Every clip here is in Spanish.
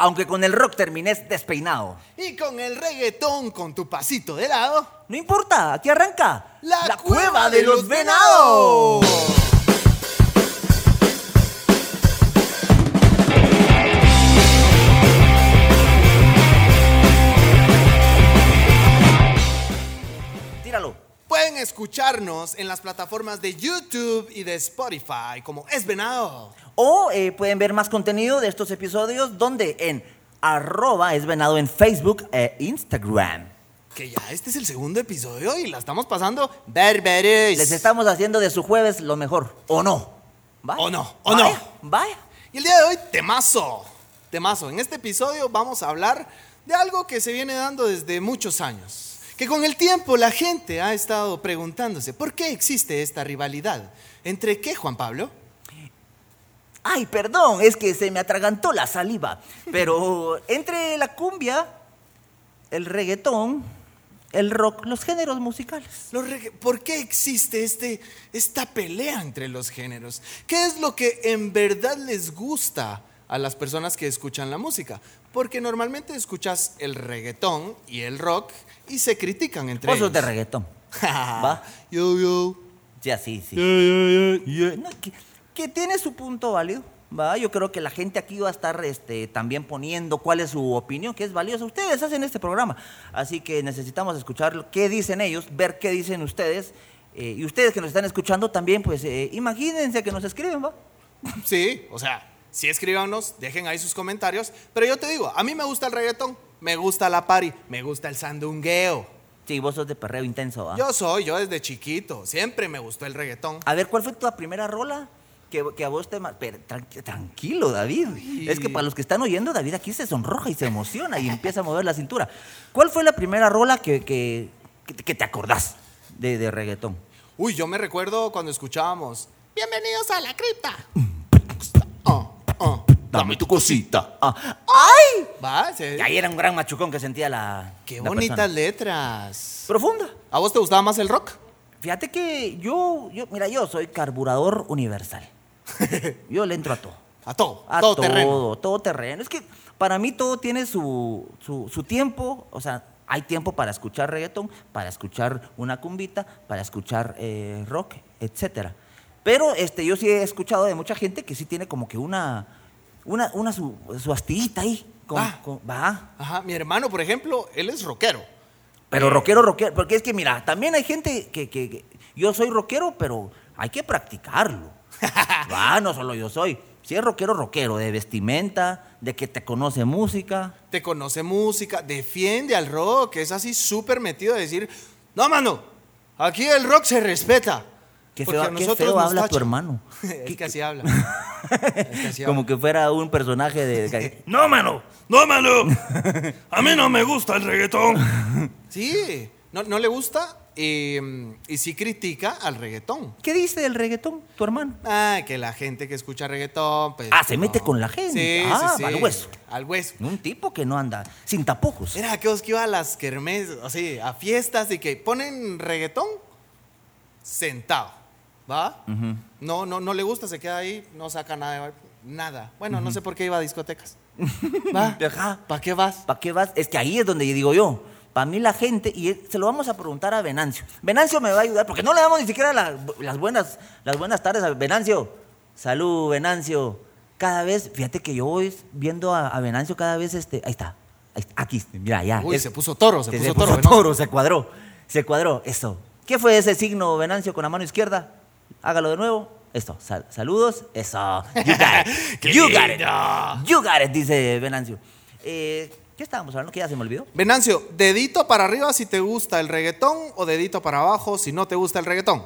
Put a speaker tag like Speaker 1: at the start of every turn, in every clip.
Speaker 1: Aunque con el rock termines despeinado.
Speaker 2: Y con el reggaetón, con tu pasito de lado,
Speaker 1: No importa, aquí arranca.
Speaker 2: la, cueva de los venados.
Speaker 1: Tíralo.
Speaker 2: Pueden escucharnos en las plataformas de YouTube y de Spotify como Es Venado.
Speaker 1: O eh, pueden ver más contenido de estos episodios donde en arroba es venado en Facebook e Instagram.
Speaker 2: Que ya este es el segundo episodio y la estamos pasando berberes.
Speaker 1: Les estamos haciendo de su jueves lo mejor. ¿O no? ¿Vaya?
Speaker 2: O no, o no.
Speaker 1: vaya, Vaya.
Speaker 2: Y el día de hoy, temazo. Temazo. En este episodio vamos a hablar de algo que se viene dando desde muchos años. Que con el tiempo la gente ha estado preguntándose por qué existe esta rivalidad. ¿Entre qué, Juan Pablo?
Speaker 1: Ay, perdón, es que se me atragantó la saliva. Pero entre la cumbia, el reggaetón, el rock, los géneros musicales.
Speaker 2: Los reg- ¿Por qué existe este, esta pelea entre los géneros? ¿Qué es lo que en verdad les gusta a las personas que escuchan la música? Porque normalmente escuchas el reggaetón y el rock y se critican entre
Speaker 1: Vos
Speaker 2: ellos.
Speaker 1: sos de reggaetón. ¿Va?
Speaker 2: Yo, yo.
Speaker 1: Ya, sí,
Speaker 2: Eh,
Speaker 1: sí.
Speaker 2: yo, yo, yo.
Speaker 1: No, que, que tiene su punto válido. ¿va? Yo creo que la gente aquí va a estar este, también poniendo cuál es su opinión, que es valiosa. Ustedes hacen este programa, así que necesitamos escuchar lo- qué dicen ellos, ver qué dicen ustedes. eh, y ustedes que nos están escuchando también, pues eh, imagínense que nos escriben, ¿va?
Speaker 2: Sí, o sea, sí escríbanos, dejen ahí sus comentarios. Pero yo te digo, a mí me gusta el reggaetón, me gusta la party, me gusta el sandungueo.
Speaker 1: Sí, vos sos de perreo intenso, ¿va?
Speaker 2: Yo soy, yo desde chiquito, siempre me gustó el reggaetón.
Speaker 1: A ver, ¿cuál fue tu primera rola? Que, que a vos te... ma- Pero, tranqui- tranquilo, David. Es que para los que están oyendo, David aquí se sonroja y se emociona y empieza a mover la cintura. ¿Cuál fue la primera rola que, que, que, te- que te acordás de, de reggaetón?
Speaker 2: Uy, yo me recuerdo cuando escuchábamos Bienvenidos a la cripta. Oh, oh.
Speaker 1: Dame tu cosita. Ah, ¡Ay!
Speaker 2: Va, se-
Speaker 1: Y ahí era un gran machucón que sentía la...
Speaker 2: qué
Speaker 1: la
Speaker 2: bonitas
Speaker 1: persona.
Speaker 2: letras.
Speaker 1: Profunda.
Speaker 2: ¿A vos te gustaba más el rock?
Speaker 1: Fíjate que yo, yo, mira, yo soy carburador universal. Yo le entro a todo.
Speaker 2: A todo,
Speaker 1: A
Speaker 2: todo,
Speaker 1: todo,
Speaker 2: terreno.
Speaker 1: todo terreno. Es que para mí todo tiene su, su, su tiempo, o sea, hay tiempo para escuchar reggaetón, para escuchar una cumbita, para escuchar eh, rock, etcétera. Pero este, yo sí he escuchado de mucha gente que sí tiene como que una, una, una su, su astillita ahí. con-
Speaker 2: Ah.
Speaker 1: con- va.
Speaker 2: Ajá, mi hermano, por ejemplo, él es rockero.
Speaker 1: Pero rockero, rockero, porque es que mira, también hay gente que, que- que- yo soy rockero, pero hay que practicarlo. Va, no solo yo soy. Si es rockero, rockero, de vestimenta, de que te conoce música.
Speaker 2: te conoce música, defiende al rock, es así súper metido de decir, no, mano, aquí el rock se respeta.
Speaker 1: Qué
Speaker 2: Porque
Speaker 1: feo,
Speaker 2: a
Speaker 1: qué
Speaker 2: nosotros
Speaker 1: feo
Speaker 2: nos
Speaker 1: habla tu
Speaker 2: tachan.
Speaker 1: hermano.
Speaker 2: es
Speaker 1: Qué-
Speaker 2: que así habla. Es que así
Speaker 1: Como
Speaker 2: habla.
Speaker 1: que fuera un personaje de...
Speaker 3: No, mano, no, mano. A mí no me gusta el reggaetón.
Speaker 2: Sí, no, no le gusta eh, y, sí critica al reggaetón.
Speaker 1: ¿Qué dice del reggaetón, tu hermano?
Speaker 2: Ah, que la gente que escucha reggaetón. pues,
Speaker 1: Ah, se
Speaker 2: no.
Speaker 1: mete con la gente.
Speaker 2: Sí,
Speaker 1: Ah,
Speaker 2: sí, sí.
Speaker 1: al hueso.
Speaker 2: Al hueso.
Speaker 1: Un tipo que no anda sin tapujos.
Speaker 2: Era aquellos que iba a las kermés, así, a fiestas y que ponen reggaetón sentado, ¿va? No, no, no le gusta, se queda ahí, no saca nada, de- nada. Bueno, no sé por qué iba a discotecas. ¿Va?
Speaker 1: Ajá.
Speaker 2: ¿Para qué vas?
Speaker 1: ¿Para qué vas? Es que ahí es donde yo digo yo. Para mí la gente, y eh, se lo vamos a preguntar a Venancio. Venancio me va a ayudar, porque no le damos ni siquiera la- las, buenas, las buenas tardes a Venancio. Salud, Venancio. Cada vez, fíjate que yo voy viendo a, a Venancio cada vez, este, ahí está, ahí está, aquí, mira, ya.
Speaker 2: Uy,
Speaker 1: Ah, es-
Speaker 2: se puso toro, se,
Speaker 1: se,
Speaker 2: puso,
Speaker 1: puso
Speaker 2: toro. ¿no?
Speaker 1: toro, se cuadró, se cuadró, eso. ¿Qué fue ese signo, Venancio, con la mano izquierda? Hágalo de nuevo, esto, sal- saludos, eso. You got
Speaker 2: Qué
Speaker 1: it, you got it,
Speaker 2: lindo.
Speaker 1: you got it, dice Venancio. Eh, ¿Qué estábamos hablando? Que ya se me olvidó.
Speaker 2: Venancio, dedito para arriba si te gusta el reggaetón o dedito para abajo si no te gusta el reggaetón.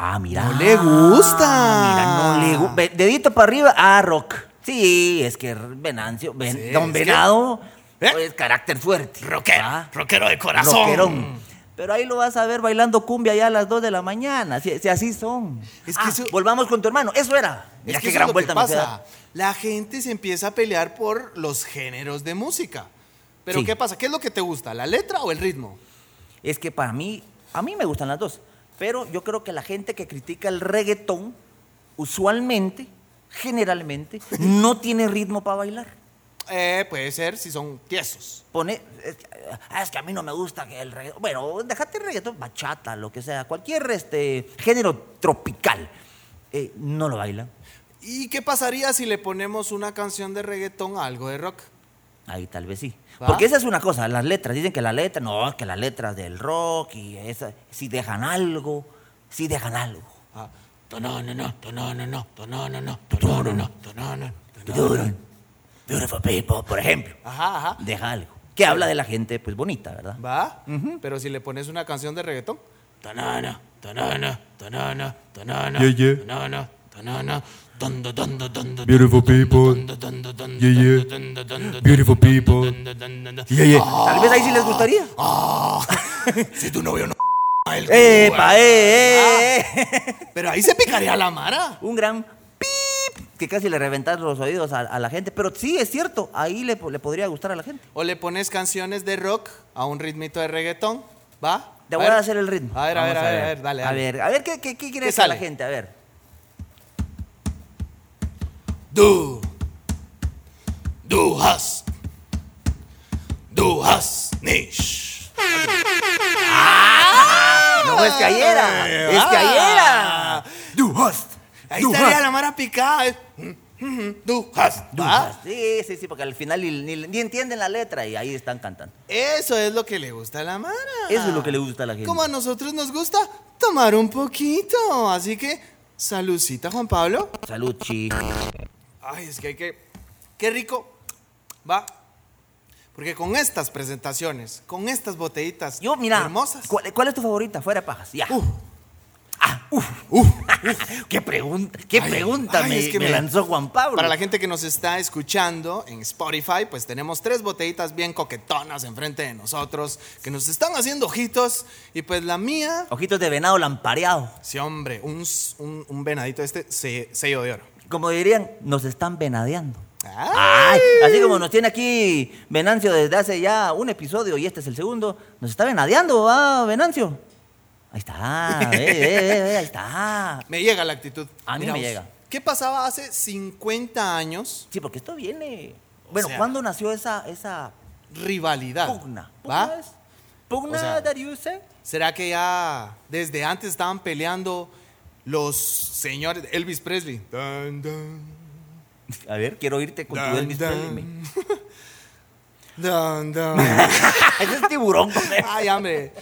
Speaker 1: Ah, mira.
Speaker 2: No le gusta.
Speaker 1: Ah, Mira, no le gusta. Dedito para arriba. Ah, rock. Sí, es que Venancio, Ven-
Speaker 2: Sí,
Speaker 1: Don
Speaker 2: es
Speaker 1: Venado
Speaker 2: que- ¿Eh?
Speaker 1: es carácter fuerte.
Speaker 3: Rockero,
Speaker 1: Ah,
Speaker 3: rockero de corazón.
Speaker 1: rockerón. Pero ahí lo vas a ver bailando cumbia ya a las 2 de la mañana, si, si así son.
Speaker 2: Es que
Speaker 1: Ah,
Speaker 2: eso-
Speaker 1: Volvamos con tu hermano, eso era. Mira
Speaker 2: Es
Speaker 1: qué
Speaker 2: que eso es
Speaker 1: gran
Speaker 2: lo
Speaker 1: vuelta
Speaker 2: que
Speaker 1: me fui a
Speaker 2: pasa.
Speaker 1: dar.
Speaker 2: La gente se empieza a pelear por los géneros de música. Pero
Speaker 1: Sí.
Speaker 2: ¿qué pasa? ¿Qué es lo que te gusta? ¿La letra o el ritmo?
Speaker 1: Es que para mí, a mí me gustan las dos, pero yo creo que la gente que critica el reggaetón, usualmente, generalmente no tiene ritmo para bailar.
Speaker 2: Eh, puede ser si son tiesos.
Speaker 1: Pone, es que, "Ah, es que a mí no me gusta que el reggaetón, bueno, déjate el reggaetón, bachata, lo que sea, cualquier este, género tropical, eh, no lo baila.
Speaker 2: ¿Y qué pasaría si le ponemos una canción de reggaetón a algo de rock?
Speaker 1: Ahí tal vez sí.
Speaker 2: ¿Va?
Speaker 1: Porque esa es una cosa, las letras, dicen que la letra, no, que las letras del rock y esa, si dejan algo, si dejan algo.
Speaker 2: Ah, no, no, no, no, no, no, no, no, no, no, no,
Speaker 1: Beautiful, beautiful people, por ejemplo,
Speaker 2: Ajá, ajá.
Speaker 1: deja algo. Que habla de la gente, pues bonita, ¿verdad?
Speaker 2: ¿Va? Pero si le pones una canción de reggaetón. Tanana, tanana, tanana, tanana,
Speaker 4: Yeah, yeah.
Speaker 2: tanana, tanana, dun, dun, dun, dun, dun, dun,
Speaker 4: Beautiful
Speaker 2: dun, dun,
Speaker 4: people.
Speaker 2: dun, dun, dun, dun,
Speaker 4: Yeah, yeah.
Speaker 2: dun, dun, dun, dun,
Speaker 4: Beautiful
Speaker 2: dun, dun,
Speaker 4: people.
Speaker 2: dun, dun, dun, dun.
Speaker 4: Yeah, yeah.
Speaker 1: Tal vez ahí sí les gustaría.
Speaker 2: Si Ah. tu novio no. el culo.
Speaker 1: ¡Epa, eh, eh, eh!
Speaker 2: Pero ahí se picaría la mara.
Speaker 1: Un gran pip que casi le reventas los oídos a, a la gente. Pero sí, es cierto, ahí le, po- le podría gustar a la gente.
Speaker 2: O le pones canciones de rock a un ritmito de reggaetón. ¿Va?
Speaker 1: Te
Speaker 2: A
Speaker 1: voy
Speaker 2: ver.
Speaker 1: a hacer el ritmo.
Speaker 2: A ver, a ver, a
Speaker 1: Vamos
Speaker 2: ver, a ver, dale,
Speaker 1: A
Speaker 2: dale.
Speaker 1: ver, a ver, ¿qué, qué, qué quiere
Speaker 2: ¿Qué
Speaker 1: decir la
Speaker 2: sale?
Speaker 1: gente? A ver.
Speaker 2: Du,
Speaker 3: Du hast. Du hast nicht.
Speaker 1: No, es que ahí
Speaker 2: Ah,
Speaker 1: era. Es que ahí era.
Speaker 4: Du hast.
Speaker 2: Ahí
Speaker 4: Du
Speaker 2: estaría
Speaker 4: hast.
Speaker 2: la mara picada. eh. Du Ah, hast, ¿va?
Speaker 1: Sí, sí, sí, porque al final ni, ni- ni entienden la letra y ahí están cantando.
Speaker 2: Eso es lo que le gusta a la mara.
Speaker 1: Eso es lo que le gusta a la gente.
Speaker 2: Como a nosotros nos gusta tomar un poquito. Así que, saludcita, Juan Pablo.
Speaker 1: Salud, chi.
Speaker 2: Ay, es que hay que. Qué rico. Va. Porque con estas presentaciones, con estas botellitas
Speaker 1: Yo, mira.
Speaker 2: hermosas.
Speaker 1: ¿cuál, cuál es tu favorita? Fuera pajas. Ya. Ah,
Speaker 2: Uh,
Speaker 1: qué pregunta, qué
Speaker 2: Ay,
Speaker 1: pregunta
Speaker 2: ay,
Speaker 1: me,
Speaker 2: es que
Speaker 1: me
Speaker 2: me-
Speaker 1: lanzó Juan Pablo.
Speaker 2: Para la gente que nos está escuchando en Spotify, pues tenemos tres botellitas bien coquetonas enfrente de nosotros que nos están haciendo ojitos. Y pues la mía,
Speaker 1: Ojitos de venado lampareado.
Speaker 2: sí, hombre, un, s- un, un venadito este se- sello de oro.
Speaker 1: Como dirían, nos están venadeando. Ay,
Speaker 2: ¡Ay!
Speaker 1: así como nos tiene aquí Venancio desde hace ya un episodio y este es el segundo, nos está venadeando, ¿va, Venancio? Ahí está, eh, ve, ve, ve, ve, ahí está.
Speaker 2: Me llega la actitud.
Speaker 1: A mí
Speaker 2: Mira
Speaker 1: me
Speaker 2: vos,
Speaker 1: llega.
Speaker 2: ¿Qué pasaba hace 50 años?
Speaker 1: Sí, porque esto viene. Bueno,
Speaker 2: sea-
Speaker 1: ¿cuándo nació esa, esa
Speaker 2: Rivalidad.
Speaker 1: pugna?
Speaker 2: ¿Va?
Speaker 1: ¿Pugna es? ¿Pugna
Speaker 2: O sea-
Speaker 1: that you say?
Speaker 2: ¿Será que ya desde antes estaban peleando los señores Elvis Presley? Dun, dun,
Speaker 1: A ver, quiero irte con tu
Speaker 2: dun,
Speaker 1: Elvis
Speaker 2: dun.
Speaker 1: Presley. me-
Speaker 2: Dun, dun.
Speaker 1: Ese es tiburón, comer.
Speaker 2: Ay, hombre.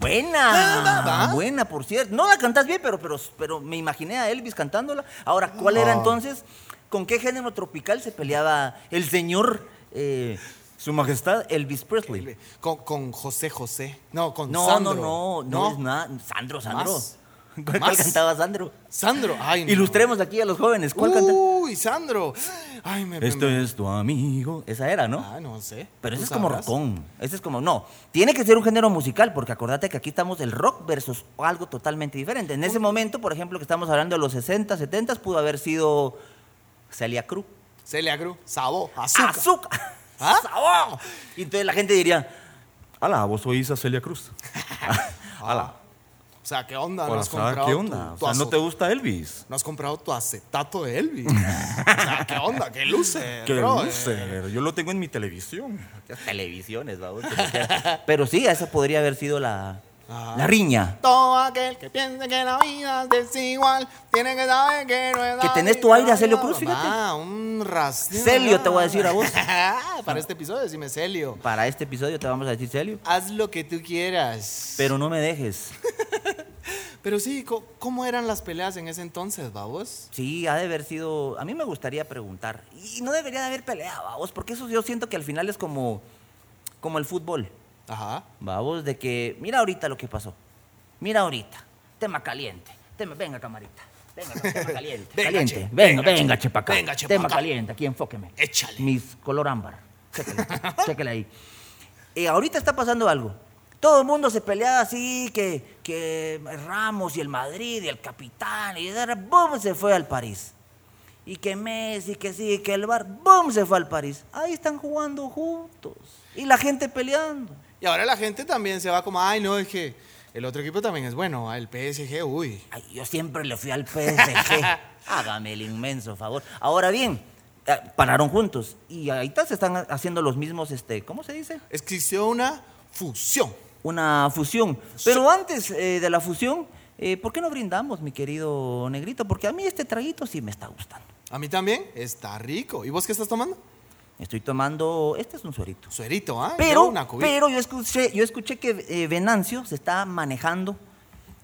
Speaker 1: Buena,
Speaker 4: Ah.
Speaker 2: ¿Va?
Speaker 1: buena, por cierto. No la cantás bien, pero, pero, pero me imaginé a Elvis cantándola. Ahora, ¿cuál era entonces? ¿Con qué género tropical se peleaba el señor, eh, su majestad, Elvis Presley?
Speaker 2: Con, con José José. No, con
Speaker 1: No,
Speaker 2: Sandro.
Speaker 1: no, no, no, es nada. Sandro, Sandro.
Speaker 2: Más.
Speaker 1: ¿Cuál, cuál
Speaker 2: Más.
Speaker 1: cantaba Sandro?
Speaker 2: Sandro. Ay, no.
Speaker 1: Ilustremos aquí a los jóvenes. ¿Cuál cantaba?
Speaker 2: Uy, Sandro. Ay, me
Speaker 1: Uh, Este es tu amigo. Esa era, ¿no?
Speaker 2: Ah, no sé.
Speaker 1: Pero
Speaker 2: ¿Tú
Speaker 1: ese es como
Speaker 2: sabrás?
Speaker 1: rockón. Ese es como, no. Tiene que ser un género musical, porque acordate que aquí estamos el rock versus algo totalmente diferente. En ese momento, por ejemplo, que estamos hablando de los 60, 70, pudo haber sido Celia Cruz.
Speaker 2: Celia Cruz. Sabo. Azúcar.
Speaker 1: ¡Azúcar!
Speaker 2: ¿Ah?
Speaker 1: ¡Sabor! Y entonces la gente diría,
Speaker 4: Ala, vos oís a Celia Cruz. Ala.
Speaker 2: O sea, ¿qué onda?
Speaker 4: Hola,
Speaker 2: ¿No has comprado
Speaker 4: ¿qué
Speaker 2: tu-
Speaker 4: onda?
Speaker 2: tu
Speaker 4: o sea, ¿no
Speaker 2: azo-
Speaker 4: te gusta Elvis?
Speaker 2: ¿No has comprado tu acetato de Elvis? o sea, ¿qué onda? ¿Qué luce?
Speaker 4: Qué
Speaker 2: Eh, bro?
Speaker 4: loser. Yo lo tengo en mi televisión.
Speaker 1: televisiones, vamos. Pero sí, esa podría haber sido la,
Speaker 2: Ajá.
Speaker 1: la riña.
Speaker 2: Todo aquel que piense que la vida es desigual tiene que saber que no es
Speaker 1: Que
Speaker 2: la
Speaker 1: tenés tu
Speaker 2: vida.
Speaker 1: aire a Celio Cruz, fíjate.
Speaker 2: Ah, un rastro.
Speaker 1: Celio te voy a decir a vos.
Speaker 2: Para este episodio decime Celio.
Speaker 1: Para este episodio te vamos a decir, Celio,
Speaker 2: Haz lo que tú quieras.
Speaker 1: pero no me dejes.
Speaker 2: Pero sí, co- ¿cómo eran las peleas en ese entonces, babos?
Speaker 1: Sí, ha de haber sido. A mí me gustaría preguntar. Y no debería de haber peleado, vamos, porque eso yo siento que al final es como, como el fútbol.
Speaker 2: Ajá.
Speaker 1: Vamos, de que. Mira ahorita lo que pasó. Mira ahorita. Tema caliente. Tema, venga, camarita. Venga, ca- tema caliente.
Speaker 2: Venga,
Speaker 1: caliente.
Speaker 2: che.
Speaker 1: venga,
Speaker 2: Venga,
Speaker 1: venga,
Speaker 2: che.
Speaker 1: chepacá.
Speaker 2: Venga, chepa
Speaker 1: Tema
Speaker 2: acá.
Speaker 1: caliente, aquí enfóqueme.
Speaker 2: Échale.
Speaker 1: Mis color ámbar. Chéquele, chéquele ahí. Eh, ahorita está pasando algo. Todo el mundo se pelea así, que, que Ramos y el Madrid y el capitán, y de re- ¡boom! se fue al París. Y que Messi, que sí, que el Bar, ¡boom! se fue al París. Ahí están jugando juntos. Y la gente peleando.
Speaker 2: Y ahora la gente también se va como, ay, no, es que el otro equipo también es bueno, el PSG, uy.
Speaker 1: Ay, yo siempre le fui al PSG. Hágame el inmenso favor. Ahora bien, eh, pararon juntos y ahorita se están haciendo los mismos, este, ¿cómo se dice?
Speaker 2: Existió una fusión.
Speaker 1: Una fusión. Pero antes eh, de la fusión, eh, ¿por qué no brindamos, mi querido negrito? Porque a mí este traguito sí me está gustando.
Speaker 2: A mí también está rico. ¿Y vos qué estás tomando?
Speaker 1: Estoy tomando, este es un suerito.
Speaker 2: Suerito, ¿ah? Yo
Speaker 1: Pero,
Speaker 2: una cubita.
Speaker 1: pero yo escuché, yo escuché que eh, Venancio se está manejando,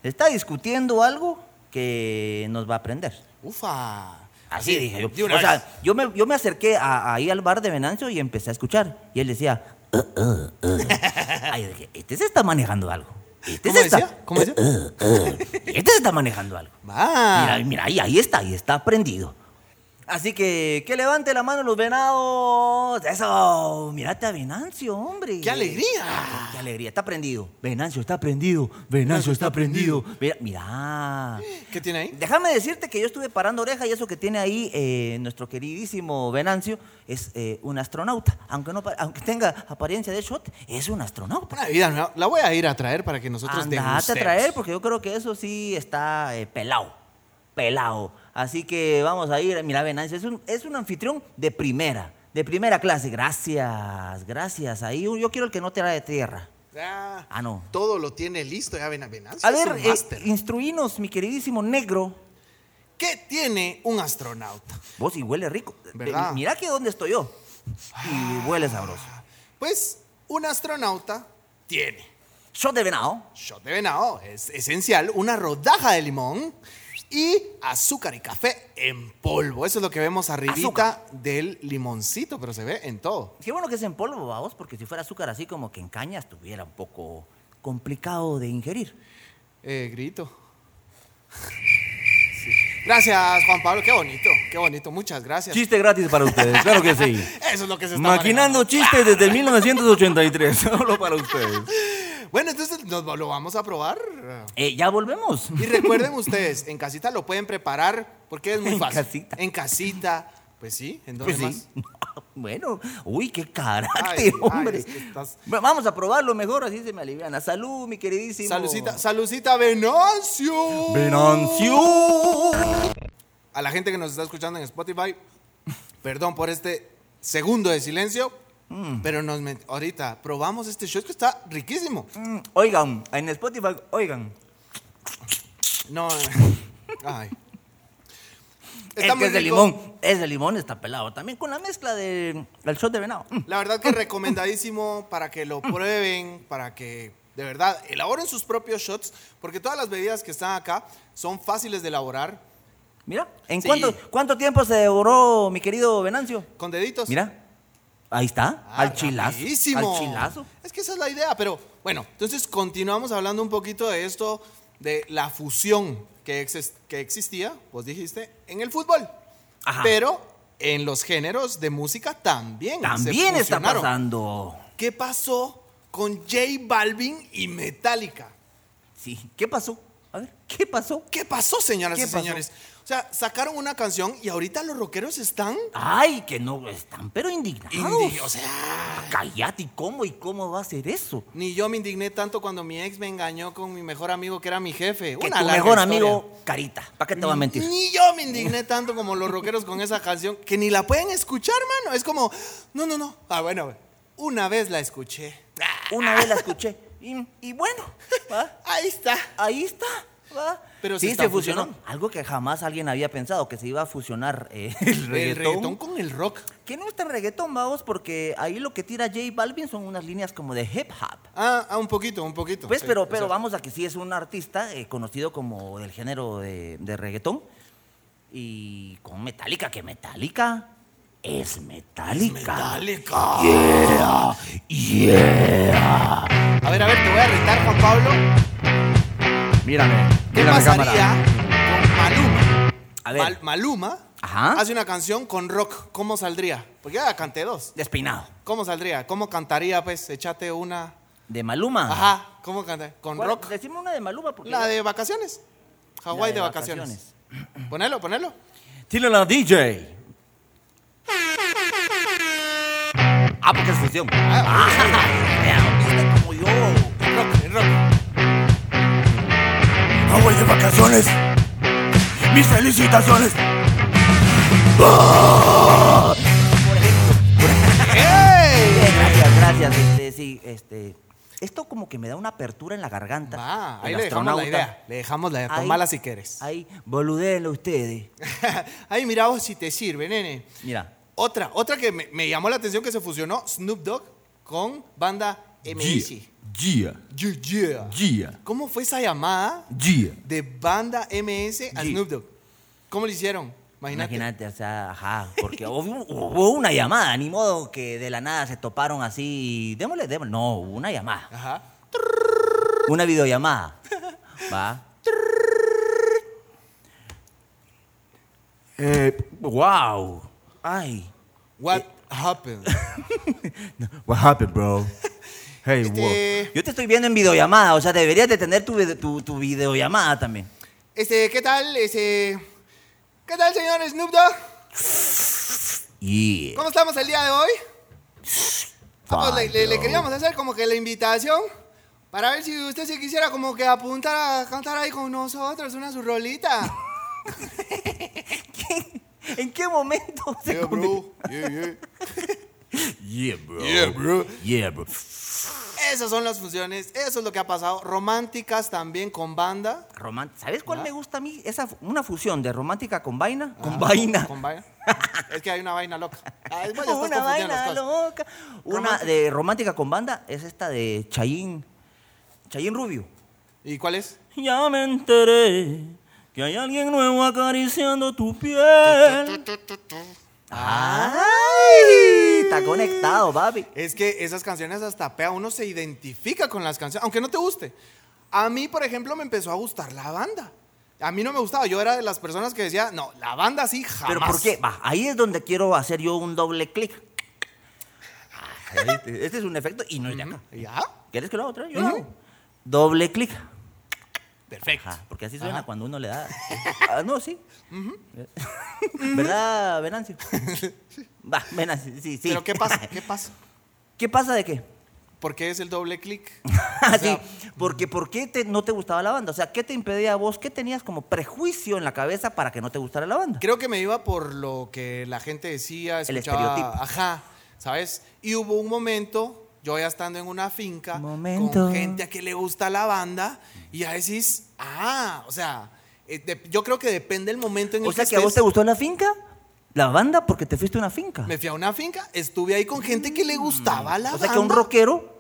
Speaker 1: se está discutiendo algo que nos va a aprender.
Speaker 2: Ufa.
Speaker 1: Así dije yo.
Speaker 2: de una
Speaker 1: O
Speaker 2: vez.
Speaker 1: sea, yo me, yo me acerqué a- ahí al bar de Venancio y empecé a escuchar. Y él decía, "Uh, uh, uh". Ahí dije, este se está manejando algo. Este
Speaker 2: ¿Cómo
Speaker 1: se está,
Speaker 2: decía? ¿Cómo decía?
Speaker 1: este se está manejando algo. Mira,
Speaker 2: Va.
Speaker 1: Eh, mira, ahí, ahí está, ahí está prendido. Ah. Así que, que levante la mano los venados. Eso, mírate a Venancio, hombre.
Speaker 2: ¡Qué alegría!
Speaker 1: Qué alegría, está prendido. Venancio está prendido. Venancio está prendido. Mira, mira.
Speaker 2: ¿Qué tiene ahí?
Speaker 1: Déjame decirte que yo estuve parando oreja y eso que tiene ahí eh, nuestro queridísimo Venancio es eh, un astronauta. Aunque, no, pa- aunque tenga apariencia de shot, es un astronauta.
Speaker 2: Una bebida nueva. La voy a ir a traer para que nosotros
Speaker 1: Andate a
Speaker 2: degustemos.
Speaker 1: traer porque yo creo que eso sí está eh, pelado. Pelado. Así que vamos a ir. Mira, Venancio, es un, es un anfitrión de primera. De primera clase. Gracias, gracias. Ahí yo quiero el que no te de tierra.
Speaker 2: Ah,
Speaker 1: Ah, no.
Speaker 2: Todo lo tiene listo ya ven Venancio.
Speaker 1: A
Speaker 2: es
Speaker 1: ver,
Speaker 2: un
Speaker 1: eh,
Speaker 2: máster.
Speaker 1: instruinos, mi queridísimo negro.
Speaker 2: ¿Qué tiene un astronauta?
Speaker 1: Vos y huele rico.
Speaker 2: ¿Verdad?
Speaker 1: Eh, Mirá que dónde estoy yo. Y huele sabroso.
Speaker 2: Pues un astronauta tiene
Speaker 1: Shot de venado.
Speaker 2: shot de venado, es esencial, una rodaja de limón y azúcar y café en polvo. Eso es lo que vemos arribita del limoncito, pero se ve en todo.
Speaker 1: Qué bueno que es en polvo, vamos, porque si fuera azúcar así como que en caña estuviera un poco complicado de ingerir.
Speaker 2: Eh, grito. Sí. Gracias, Juan Pablo. Qué bonito, qué bonito. Muchas gracias.
Speaker 4: Chiste gratis para ustedes, claro que sí.
Speaker 2: Eso es lo que se está manejando.
Speaker 4: Maquinando chistes desde 1983, solo para ustedes.
Speaker 2: Bueno, entonces nos lo vamos a probar.
Speaker 1: Eh, ya volvemos.
Speaker 2: Y recuerden ustedes, en casita lo pueden preparar porque es muy
Speaker 1: En
Speaker 2: fácil.
Speaker 1: casita.
Speaker 2: En casita. Pues sí, ¿en dónde
Speaker 1: Pues sí.
Speaker 2: más?
Speaker 1: Bueno, uy, qué carácter,
Speaker 2: Ay, ay,
Speaker 1: hombre.
Speaker 2: es que estás-
Speaker 1: Bueno, Vamos a probarlo mejor, así se me aliviana. Salud, mi queridísimo.
Speaker 2: Salucita, salucita Venancio.
Speaker 4: Venancio.
Speaker 2: A la gente que nos está escuchando en Spotify, perdón por este segundo de silencio,
Speaker 1: Mm.
Speaker 2: pero nos met- ahorita probamos este shot que está riquísimo.
Speaker 1: Mm, Oigan, en Spotify, oigan.
Speaker 2: No. Ay.
Speaker 1: Es que es de
Speaker 2: rico.
Speaker 1: limón. Es de limón, está pelado. También con la mezcla de- del shot de venado. Mm.
Speaker 2: La verdad que recomendadísimo para que lo prueben, para que de verdad elaboren sus propios shots, porque todas las bebidas que están acá son fáciles de elaborar
Speaker 1: Mira, ¿en
Speaker 2: Sí.
Speaker 1: cuánto, cuánto tiempo se devoró mi querido Venancio?
Speaker 2: con deditos.
Speaker 1: Mira, ahí está,
Speaker 2: Ah,
Speaker 1: al chilazo.
Speaker 2: rapidísimo.
Speaker 1: Al chilazo.
Speaker 2: Es que esa es la idea, pero bueno, entonces continuamos hablando un poquito de esto, de la fusión que, exis- que existía, vos dijiste, en el fútbol.
Speaker 1: Ajá.
Speaker 2: Pero en los géneros de música también. se
Speaker 1: También está
Speaker 2: fusionaron.
Speaker 1: pasando.
Speaker 2: ¿Qué pasó con J Balvin y Metallica?
Speaker 1: Sí, ¿qué pasó? A ver, ¿qué pasó?
Speaker 2: ¿Qué pasó, señoras
Speaker 1: ¿Qué
Speaker 2: y
Speaker 1: pasó?
Speaker 2: señores? O sea, sacaron una canción y ahorita los rockeros están.
Speaker 1: Ay, que no están, pero indignados.
Speaker 2: Indi- o sea.
Speaker 1: Cállate, ¿y cómo y cómo va a ser eso?
Speaker 2: Ni yo me indigné tanto cuando mi ex me engañó con mi mejor amigo que era mi jefe.
Speaker 1: Que
Speaker 2: Una
Speaker 1: tu
Speaker 2: larga
Speaker 1: mejor
Speaker 2: historia.
Speaker 1: amigo, Carita. ¿Para qué te va a mentir?
Speaker 2: Ni yo me indigné tanto como los rockeros con esa canción que ni la pueden escuchar, mano. Es como, no, no, no. Ah, bueno, una vez la escuché.
Speaker 1: Una vez la escuché. Y, y bueno, ¿va?
Speaker 2: Ahí está.
Speaker 1: ahí está. ¿va?
Speaker 2: Pero se
Speaker 1: sí,
Speaker 2: está
Speaker 1: se fusionó.
Speaker 2: fusionando.
Speaker 1: Algo que jamás alguien había pensado, que se iba a fusionar eh, el,
Speaker 2: El
Speaker 1: reggaetón.
Speaker 2: reggaetón con el rock.
Speaker 1: Que no está reggaetón, vamos, porque ahí lo que tira J Balvin son unas líneas como de hip hop.
Speaker 2: Ah, ah, un poquito, un poquito.
Speaker 1: Pues,
Speaker 2: Sí,
Speaker 1: pero,
Speaker 2: o
Speaker 1: pero
Speaker 2: sea,
Speaker 1: vamos a que sí es un artista eh, conocido como del género de, de reggaetón. Y con Metallica, que Metallica es Metallica.
Speaker 2: Metallica.
Speaker 1: Yeah.
Speaker 2: A ver, a ver, te voy a retar, Juan Pablo.
Speaker 4: Mírame,
Speaker 2: ¿Qué
Speaker 4: mírame
Speaker 2: pasaría
Speaker 4: cámara.
Speaker 2: con Maluma?
Speaker 1: A ver.
Speaker 2: Mal- Maluma
Speaker 1: Ajá.
Speaker 2: hace una canción con rock. ¿Cómo saldría? Porque ya canté dos.
Speaker 1: Despeinado.
Speaker 2: ¿Cómo saldría? ¿Cómo cantaría? Pues échate una.
Speaker 1: De Maluma.
Speaker 2: Ajá. ¿Cómo cantaría? Con
Speaker 1: ¿Cuál?
Speaker 2: rock.
Speaker 1: Decime una de Maluma porque.
Speaker 2: La de vacaciones. Hawái
Speaker 1: La
Speaker 2: de,
Speaker 1: de
Speaker 2: vacaciones. Ponelo, ponelo.
Speaker 4: Tira la DJ.
Speaker 2: Ah,
Speaker 1: Ah, porque es fusión. Ah, vea, ¿viste cómo
Speaker 2: rock.
Speaker 3: No voy de vacaciones. Mis felicitaciones.
Speaker 2: ¡Ey!
Speaker 1: Bien, gracias, gracias. Este, sí, este, esto como que me da una apertura en la garganta.
Speaker 2: Va,
Speaker 1: El
Speaker 2: ahí le dejamos la
Speaker 1: astronauta.
Speaker 2: idea. Le dejamos la idea.
Speaker 1: Ahí-
Speaker 2: Tomala si quieres.
Speaker 1: Ahí, boludelo ustedes.
Speaker 2: Ahí mira vos si te sirve, nene.
Speaker 1: Mira.
Speaker 2: Otra, otra que me, me llamó la atención que se fusionó Snoop Dogg con banda MXC.
Speaker 4: Gia,
Speaker 2: Yeah, yeah.
Speaker 4: Gia,
Speaker 2: ¿Cómo fue esa llamada
Speaker 4: Gia.
Speaker 2: de banda MS a
Speaker 4: G.
Speaker 2: Snoop Dogg? ¿Cómo lo hicieron? Imagínate.
Speaker 1: Imagínate, o sea, ajá, porque hubo, hubo una llamada, ni modo que de la nada se toparon así, y démosle, démosle. No, hubo una llamada,
Speaker 2: Ajá.
Speaker 1: una videollamada. Va. Eh, wow. Ay.
Speaker 2: What
Speaker 1: Eh.
Speaker 2: happened?
Speaker 4: What happened, bro? Hey,
Speaker 2: Este,
Speaker 1: Yo te estoy viendo en videollamada, o sea, deberías de tener tu, vide- tu, tu videollamada también.
Speaker 2: este, ¿qué tal? Este, ¿qué tal, señor Snoop Dogg?
Speaker 1: Yeah.
Speaker 2: ¿Cómo estamos el día de hoy? Ah, pues, le, le- le
Speaker 1: Fine, bro.
Speaker 2: queríamos hacer como que la invitación para ver si usted se quisiera como que apuntar a cantar ahí con nosotros una su rolita.
Speaker 1: ¿En qué momento se
Speaker 2: Yeah, bro. Yeah, yeah.
Speaker 1: Yeah, bro.
Speaker 2: Yeah, bro.
Speaker 1: Yeah, bro.
Speaker 2: Esas son las funciones, eso es lo que ha pasado. Románticas también con banda.
Speaker 1: Román- ¿Sabes
Speaker 2: Ah.
Speaker 1: cuál me gusta a mí? Esa, fu- una fusión de romántica con vaina. con vaina.
Speaker 2: Con vaina. es que hay una vaina loca. Ah, después
Speaker 1: una
Speaker 2: ya estás confundiendo las
Speaker 1: vaina
Speaker 2: cosas.
Speaker 1: loca. Una
Speaker 2: Romántica.
Speaker 1: de romántica con banda es esta de Chayín. Chayín Rubio.
Speaker 2: ¿Y cuál es?
Speaker 1: Ya me enteré que hay alguien nuevo acariciando tu piel. ¡Ay! Está conectado, papi.
Speaker 2: Es que esas canciones hasta pea, uno se identifica con las canciones, aunque no te guste. A mí, por ejemplo, me empezó a gustar la banda. A mí no me gustaba, yo era de las personas que decía, no, la banda sí jamás.
Speaker 1: Pero ¿por qué? Va, ahí es donde quiero hacer yo un doble clic. Ah, Este este es un efecto y no es de acá.
Speaker 2: ¿Ya?
Speaker 1: ¿Quieres que lo haga otra vez? Yo lo hago. Doble clic.
Speaker 2: Perfecto.
Speaker 4: Ah.
Speaker 1: Ajá, porque así suena cuando uno le da. Ah, no, sí. ¿Verdad, Venancio? Va, Venancio, sí, sí.
Speaker 2: Pero ¿qué pasa? ¿Qué pasa?
Speaker 1: ¿Qué pasa de qué?
Speaker 2: ¿Por qué es el doble clic?
Speaker 1: Ah,
Speaker 2: O sea,
Speaker 1: sí, porque ¿por qué te- no te gustaba la banda? O sea, ¿qué te impedía a vos? ¿Qué tenías como prejuicio en la cabeza para que no te gustara la banda?
Speaker 2: Creo que me iba por lo que la gente decía,
Speaker 1: El
Speaker 2: escuchaba,
Speaker 1: estereotipo.
Speaker 2: ajá, ¿sabes? Y hubo un momento, yo ya estando en una finca,
Speaker 1: Momento.
Speaker 2: con gente a que le gusta la banda, y ya decís, ah, o sea, eh, de- yo creo que depende el momento en el
Speaker 1: O sea,
Speaker 2: que,
Speaker 1: que a vos te
Speaker 2: estés.
Speaker 1: gustó la finca, la banda, porque te fuiste a una finca.
Speaker 2: Me fui a una finca, estuve ahí con gente que le gustaba la
Speaker 1: Mm. O
Speaker 2: banda.
Speaker 1: sea, que un rockero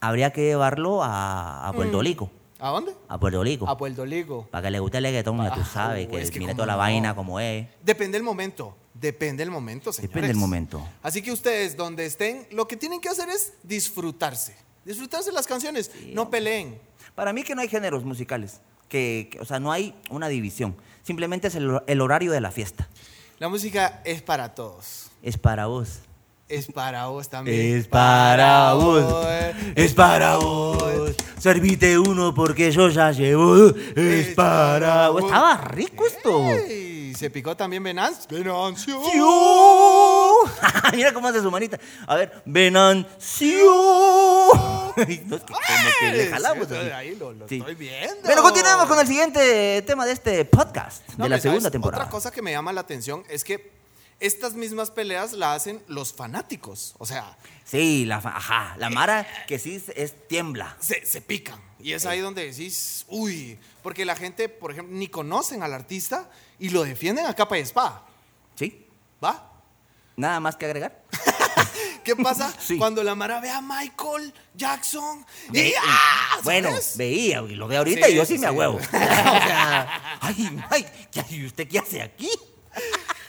Speaker 1: habría que llevarlo a, a Puerto Rico.
Speaker 2: ¿A dónde?
Speaker 1: A Puerto Rico.
Speaker 2: Mm. A Puerto Rico.
Speaker 1: Para que le guste el reggaetón, ya tú
Speaker 2: Ah,
Speaker 1: sabes,
Speaker 2: uh,
Speaker 1: que,
Speaker 2: es que
Speaker 1: mire
Speaker 2: cómo
Speaker 1: toda la
Speaker 2: no.
Speaker 1: vaina como es.
Speaker 2: Depende el momento. Depende el momento, señores.
Speaker 1: Depende el momento.
Speaker 2: Así que ustedes, donde estén, lo que tienen que hacer es disfrutarse. Disfrutarse las canciones. no peleen.
Speaker 1: Para mí que no hay géneros musicales, que, que- o sea, no hay una división. Simplemente es el, hor- el horario de la fiesta.
Speaker 2: La música es para todos.
Speaker 1: Es para vos.
Speaker 2: Es para vos también.
Speaker 4: Es para vos. Servite uno porque yo ya llevo.
Speaker 2: Es para
Speaker 1: Oh, estaba rico esto.
Speaker 2: Ey, se picó también Venancio. Venancio.
Speaker 1: uh.
Speaker 2: Oh.
Speaker 1: Mira cómo hace su manita. A ver, Venancio. Ay, no, es que como que le
Speaker 2: Ey,
Speaker 1: jalamos.
Speaker 2: sí,
Speaker 1: así.
Speaker 2: ahí lo, lo
Speaker 1: Sí.
Speaker 2: estoy viendo.
Speaker 1: Pero continuamos con el siguiente tema de este podcast,
Speaker 2: No,
Speaker 1: de la
Speaker 2: hombre, ¿sabes?
Speaker 1: segunda temporada.
Speaker 2: Otra cosa que me llama la atención es que estas mismas peleas la hacen los fanáticos. O sea,
Speaker 1: Sí, la, fa- ajá, la Mara que sí es- es tiembla.
Speaker 2: se, se pican. Y es ahí donde decís, uy, porque la gente, por ejemplo, ni conocen al artista y lo defienden a capa y espada.
Speaker 1: ¿Sí?
Speaker 2: ¿Va?
Speaker 1: ¿Nada más que agregar?
Speaker 2: ¿Qué pasa
Speaker 1: Sí.
Speaker 2: cuando la Mara ve a Michael Jackson? Y,
Speaker 1: Ve-
Speaker 2: ¡ah!
Speaker 1: Bueno,
Speaker 2: ¿sabes?
Speaker 1: veía, y lo veo ahorita
Speaker 2: Sí,
Speaker 1: y yo sí,
Speaker 2: sí,
Speaker 1: me
Speaker 2: sí.
Speaker 1: ahuevo. O sea, ay, ay, ¿qué- ¿y usted qué hace aquí?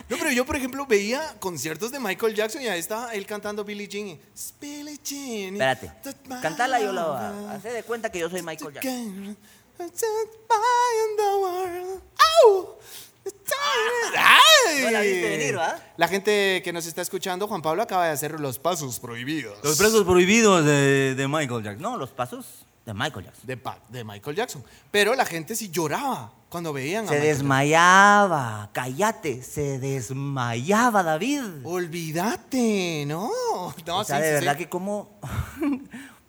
Speaker 2: No, pero yo, por ejemplo, veía conciertos de Michael Jackson y ahí estaba él cantando Billie Jean. y, Billie Jean.
Speaker 1: Espérate, cantala yo la...
Speaker 2: va
Speaker 1: Hacé de cuenta que yo soy Michael Jackson.
Speaker 2: Ay.
Speaker 1: Ah, No la viste venir, ¿va?
Speaker 2: La gente que nos está escuchando, Juan Pablo acaba de hacer los pasos prohibidos.
Speaker 4: Los presos prohibidos de, de Michael Jackson.
Speaker 1: No, los pasos de Michael Jackson.
Speaker 2: de, pa- de Michael Jackson. Pero la gente sí lloraba cuando veían a
Speaker 1: Se
Speaker 2: Michael
Speaker 1: desmayaba, cállate, se desmayaba David.
Speaker 2: Olvídate, ¿no? No,
Speaker 1: o sea,
Speaker 2: sí,
Speaker 1: de
Speaker 2: Oh, sí,
Speaker 1: verdad
Speaker 2: sí.
Speaker 1: que como...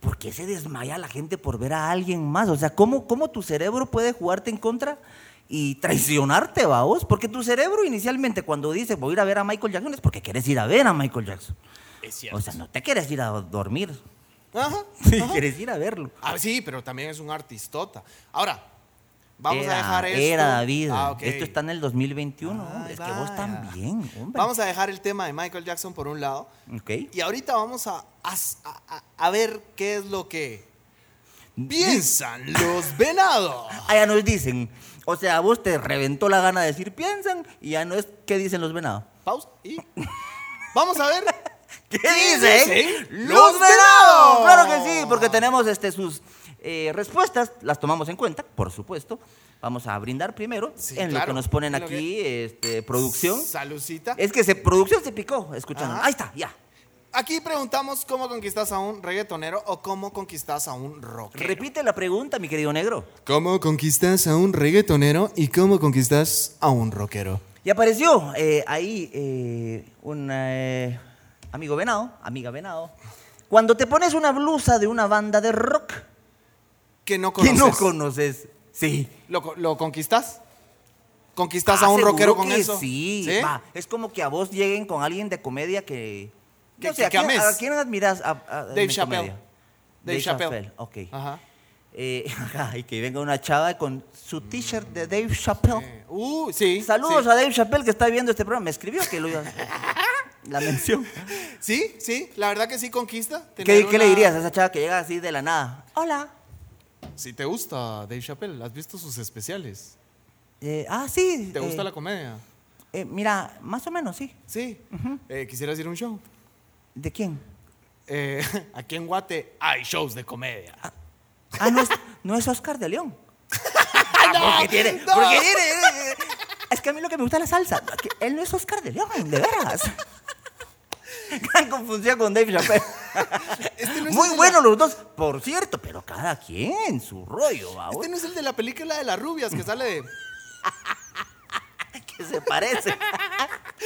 Speaker 1: ¿por qué se desmaya la gente por ver a alguien más? O sea, ¿cómo, cómo tu cerebro puede jugarte en contra y traicionarte, va vos? Porque tu cerebro inicialmente cuando dice voy a ir a ver a Michael Jackson es porque quieres ir a ver a Michael Jackson.
Speaker 2: Es cierto.
Speaker 1: O sea, no te quieres ir a dormir,
Speaker 2: Ajá.
Speaker 1: sí,
Speaker 2: ajá.
Speaker 1: quieres ir a verlo.
Speaker 2: Ah, sí, pero también es un artistota. Ahora, vamos
Speaker 1: era,
Speaker 2: a dejar esto.
Speaker 1: Era David.
Speaker 2: Ah, ok.
Speaker 1: Esto está en el 2021.
Speaker 2: Ay,
Speaker 1: hombre, es que vos
Speaker 2: vaya.
Speaker 1: también, hombre.
Speaker 2: Vamos a dejar el tema de Michael Jackson por un lado.
Speaker 1: Ok.
Speaker 2: Y ahorita vamos a, a- a- a ver qué es lo que piensan los venados.
Speaker 1: Ah, ya nos dicen. O sea, a vos te reventó la gana de decir piensan y ya no es qué dicen los venados.
Speaker 2: Pausa y vamos a ver.
Speaker 1: ¿Qué
Speaker 2: dicen los
Speaker 1: ¡Los venados!
Speaker 2: venados?
Speaker 1: Claro que sí, porque tenemos este, sus eh, respuestas, las tomamos en cuenta, por supuesto. Vamos a brindar primero
Speaker 2: Sí,
Speaker 1: en lo que
Speaker 2: claro,
Speaker 1: nos ponen
Speaker 2: en lo
Speaker 1: aquí, este, producción.
Speaker 2: Salucita.
Speaker 1: Es que se, producción se picó, escuchando.
Speaker 2: Ajá.
Speaker 1: Ahí está, ya.
Speaker 2: Aquí preguntamos cómo conquistas a un reggaetonero o cómo conquistas a un rockero.
Speaker 1: Repite la pregunta, mi querido negro.
Speaker 2: ¿Cómo conquistas a un reggaetonero y cómo conquistas a un rockero?
Speaker 1: Y apareció eh, ahí eh, un eh, amigo venado, amiga venado. Cuando te pones una blusa de una banda de rock
Speaker 2: Que no
Speaker 1: que
Speaker 2: conoces.
Speaker 1: no conoces, sí.
Speaker 2: ¿Lo, co- lo conquistas? ¿Conquistas a un
Speaker 1: Ah,
Speaker 2: rockero
Speaker 1: seguro
Speaker 2: con
Speaker 1: que
Speaker 2: eso?
Speaker 1: Sí, va, es como que a vos lleguen con alguien de comedia que.
Speaker 2: Que-
Speaker 1: no sé, ¿a,
Speaker 2: que- que
Speaker 1: quién,
Speaker 2: ames.
Speaker 1: a quién admiras? A- a-
Speaker 2: Dave
Speaker 1: en
Speaker 2: Chappelle.
Speaker 1: comedia?
Speaker 2: Dave Chappelle.
Speaker 1: ok.
Speaker 2: Ajá.
Speaker 1: Eh, ajá, y que venga una chava con su t-shirt de Dave Chappelle.
Speaker 2: Uh, sí.
Speaker 1: Saludos
Speaker 2: sí.
Speaker 1: a Dave Chappelle que está viendo este programa. Me escribió que lo iba La mención.
Speaker 2: Sí, sí, la verdad que sí conquista. tener
Speaker 1: ¿Qué, qué le
Speaker 2: una-
Speaker 1: dirías a esa chava que llega así de la nada? Hola.
Speaker 2: Si te gusta Dave Chappelle, ¿has visto sus especiales?
Speaker 1: Eh, ah, sí.
Speaker 2: ¿Te gusta
Speaker 1: eh,
Speaker 2: la comedia?
Speaker 1: eh, mira, más o menos, sí.
Speaker 2: Sí. Eh, ¿Quisieras ir a un show?
Speaker 1: ¿De quién?
Speaker 2: Eh, aquí en Guate hay shows de comedia.
Speaker 1: Ah, no es, no es Oscar de León. porque tiene,
Speaker 2: Ah, no.
Speaker 1: porque tiene, eh, eh, Es que a mí lo que me gusta es la salsa. Que él no es Oscar de León, de veras. Gran confusión con Dave Chappelle.
Speaker 2: este no es el
Speaker 1: Muy
Speaker 2: de
Speaker 1: buenos los dos, por cierto, pero cada quien su rollo, ¿va?
Speaker 2: Este no es el de la película de las rubias que sale de...
Speaker 1: que se parece.